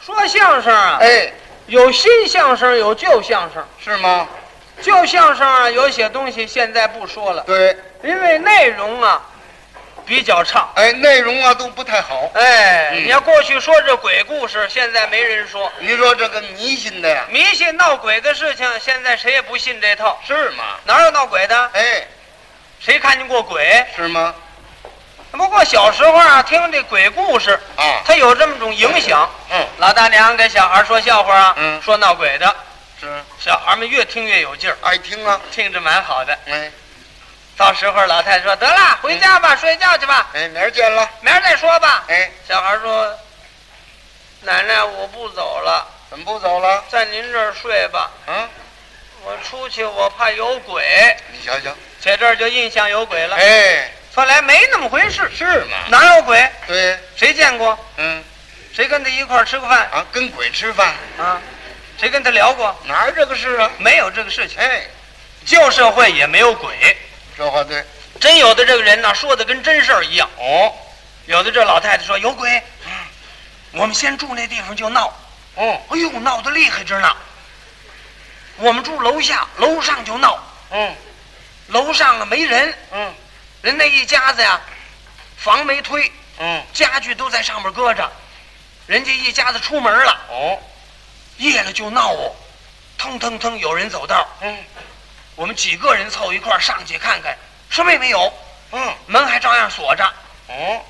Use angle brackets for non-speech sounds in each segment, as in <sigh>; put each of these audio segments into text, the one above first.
说相声啊，哎，有新相声，有旧相声。是吗？旧相声啊，有些东西现在不说了，对，因为内容啊比较差。哎，内容啊都不太好。哎，嗯你要过去说这鬼故事，现在没人说。您说这个迷信的呀？迷信闹鬼的事情，现在谁也不信这套，是吗？哪有闹鬼的？哎，谁看见过鬼？是吗？不过小时候啊，听这鬼故事，啊，它有这么种影响。嗯，老大娘给小孩说笑话啊，嗯说闹鬼的，是小孩们越听越有劲儿，爱听啊。听着蛮好的。哎，到时候老太太说：“得了，回家吧，睡觉去吧，哎，明儿见了。明儿再说吧。哎，”小孩说：“奶奶，我不走了，怎么不走了？在您这儿睡吧，嗯，我出去我怕有鬼。你瞧瞧。”在这儿就印象有鬼了。哎，后来没那么回事，是吗？哪有鬼？对，谁见过？嗯，谁跟他一块儿吃过饭啊，跟鬼吃饭啊？谁跟他聊过？哪有这个事啊？没有这个事情。哎，旧社会也没有鬼，这话对。真有的这个人呢，说的跟真事儿一样。哦，有的这老太太说有鬼，嗯，我们先住那地方就闹，哦，哎呦，闹得厉害着呢。我们住楼下，楼上就闹，嗯，楼上啊没人，嗯，人那一家子呀，房没推，嗯，家具都在上面搁着，人家一家子出门了，哦，夜了就闹哦，腾腾腾，有人走道，嗯，我们几个人凑一块儿上去看看，什么也没有，嗯，门还照样锁着。哦，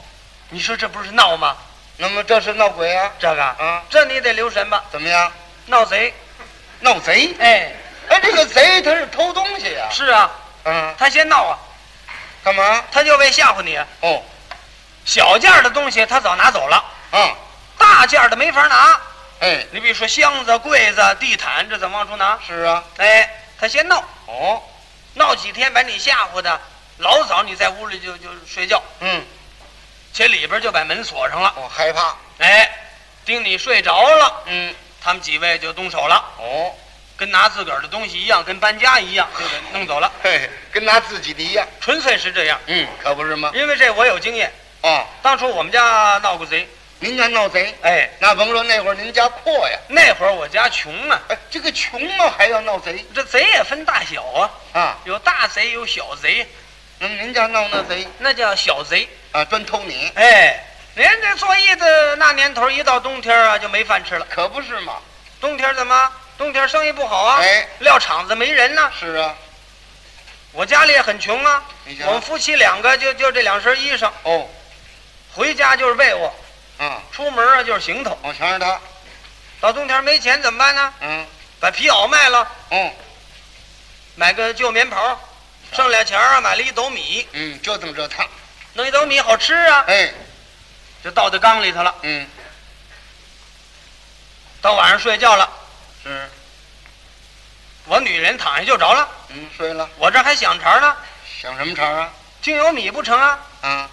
你说这不是闹吗？那么这是闹鬼啊？这个，啊，这你得留神吧，怎么样？闹贼。闹贼？哎，哎，这个贼他是偷东西呀、是啊，嗯，他先闹啊，干嘛？他就为吓唬你啊。哦，小件儿的东西他早拿走了，啊，大件儿的没法拿。哎，你比如说箱子、柜子、地毯，这怎么往出拿？是啊，哎，他先闹，哦，闹几天把你吓唬的，老早你在屋里就就睡觉，嗯，且里边就把门锁上了。我害怕，哎，盯你睡着了，嗯，他们几位就动手了，哦，跟拿自个儿的东西一样，跟搬家一样，就给弄走了，嘿，跟拿自己的一样，纯粹是这样。嗯，可不是吗？因为这我有经验，哦，当初我们家闹过贼，您家闹贼，哎，那甭说那会儿您家阔呀，那会儿我家穷啊，哎，这个穷啊还要闹贼这贼也分大小啊，啊？有大贼有小贼，那么您家闹那贼那叫小贼。啊，专偷你，哎，连这作揖的那年头，一到冬天啊就没饭吃了。可不是嘛？冬天怎么？冬天生意不好啊，哎，撂场子没人呢、是啊，我家里也很穷啊，你我们想，夫妻两个就就这两身衣裳，哦，回家就是被窝，嗯，出门啊就是行头。我瞧着他，到冬天没钱怎么办呢？嗯，把皮袄卖了，哦，买个旧棉袍，剩俩钱儿啊买了一斗米，嗯，折腾折腾，弄一斗米好吃啊，哎，就倒在缸里头了。嗯，到晚上睡觉了，是，我女人躺下就着了，嗯，睡了，我这还想茬呢，想什么茬啊？竟有米不成啊，啊，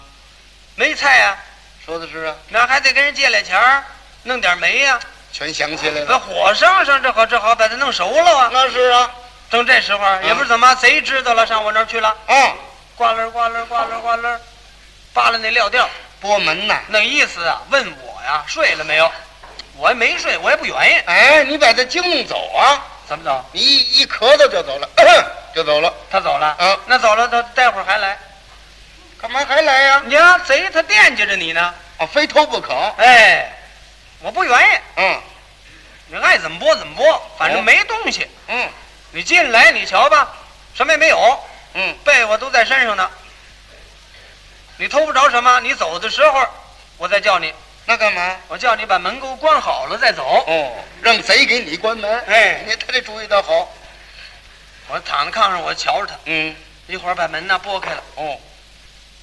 没菜啊，说的是啊，那还得跟人借俩钱儿，弄点煤呀、全想起来了。 <laughs> 把火上上，这好这好把它弄熟了啊。那是啊，正这时候啊，嗯也不知怎么贼知道了，上我那儿去了，啊，呱楞呱楞呱楞呱楞，扒拉那料调，拨门呐。那意思啊，问我呀睡了没有？我也没睡，我也不愿意，哎，你把他惊动走啊！怎么走？你一一咳嗽就走了， <clears throat> 咳咳就走了他走了，啊？那走了，他待会儿还来。干嘛还来呀、你呀，贼他惦记着你呢，啊，非偷不可。哎，我不愿意，嗯你爱怎么播怎么播，反正哦没东西。嗯你进来，你瞧吧，什么也没有，嗯，被窝都在身上呢。你偷不着什么，你走的时候，我再叫你，那干嘛？我叫你把门给我关好了再走。哦，让贼给你关门。哎，你他这主意倒好。我躺在炕上，我瞧着他，嗯，一会儿把门呢拨开了，哦，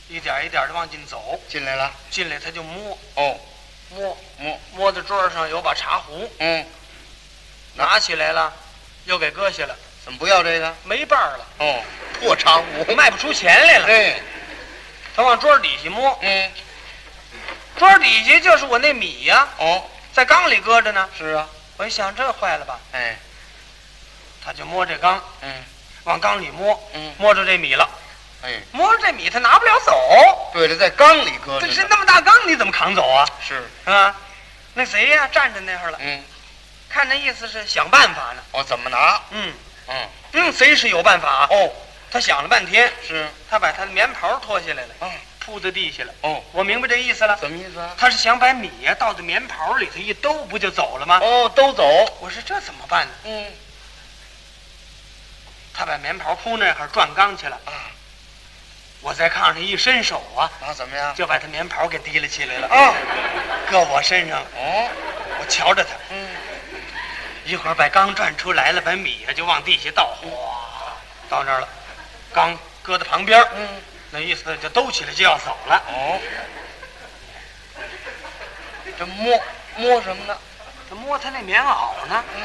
一点一点的往进走，进来了。进来他就摸哦，摸摸，摸到桌上有把茶壶，嗯，拿起来了，又给搁下了，怎么不要这个？没伴儿了，哦，破茶 <laughs> 壶。卖不出钱来了。哎，他往桌底下摸，嗯，桌底下就是我那米呀、哦，在缸里搁着呢。是啊。我一想这坏了吧，哎，他就摸这缸，嗯往缸里摸，嗯，摸着这米了，哎，摸着这米他拿不了走，对了，在缸里搁这着是呢。那么大缸你怎么扛走啊？是，啊，那谁呀、站着那会儿了，嗯，看那意思是想办法呢。哦，怎么拿？嗯嗯，嗯，贼是有办法啊。哦，他想了半天，是，他把他的棉袍脱下来了，嗯，铺在地下了。哦，我明白这意思了，什么意思啊？他是想把米呀、倒到棉袍里头一兜，不就走了吗？哦，都走。我说这怎么办呢？嗯，他把棉袍铺那会儿转刚去了，啊，我再看上他一伸手啊，那怎么样？就把他棉袍给提了起来了啊，啊，搁我身上了，哦，我瞧着他，嗯，一会儿把缸转出来了，把米呀就往地下倒，哗，到那儿了，缸搁在旁边儿，嗯，那意思就兜起来就要走了。哦，这摸摸什么呢？他摸他那棉袄呢，嗯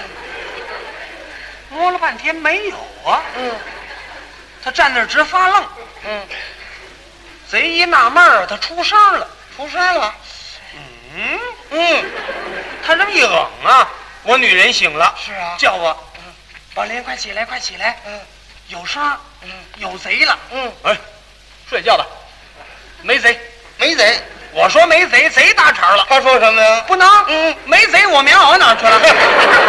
摸了半天没有啊，嗯他站那儿直发愣。嗯，贼一纳闷儿啊，他出声了，出山了。嗯，嗯，他这么一梗啊，我女人醒了，是啊。叫我，嗯宝林，快起来，快起来，嗯有声儿，嗯有贼了。嗯，哎，睡觉吧，没贼。没贼。我说没贼，贼搭茬了，他说什么呀？不能，嗯，没贼，我棉袄哪儿去了？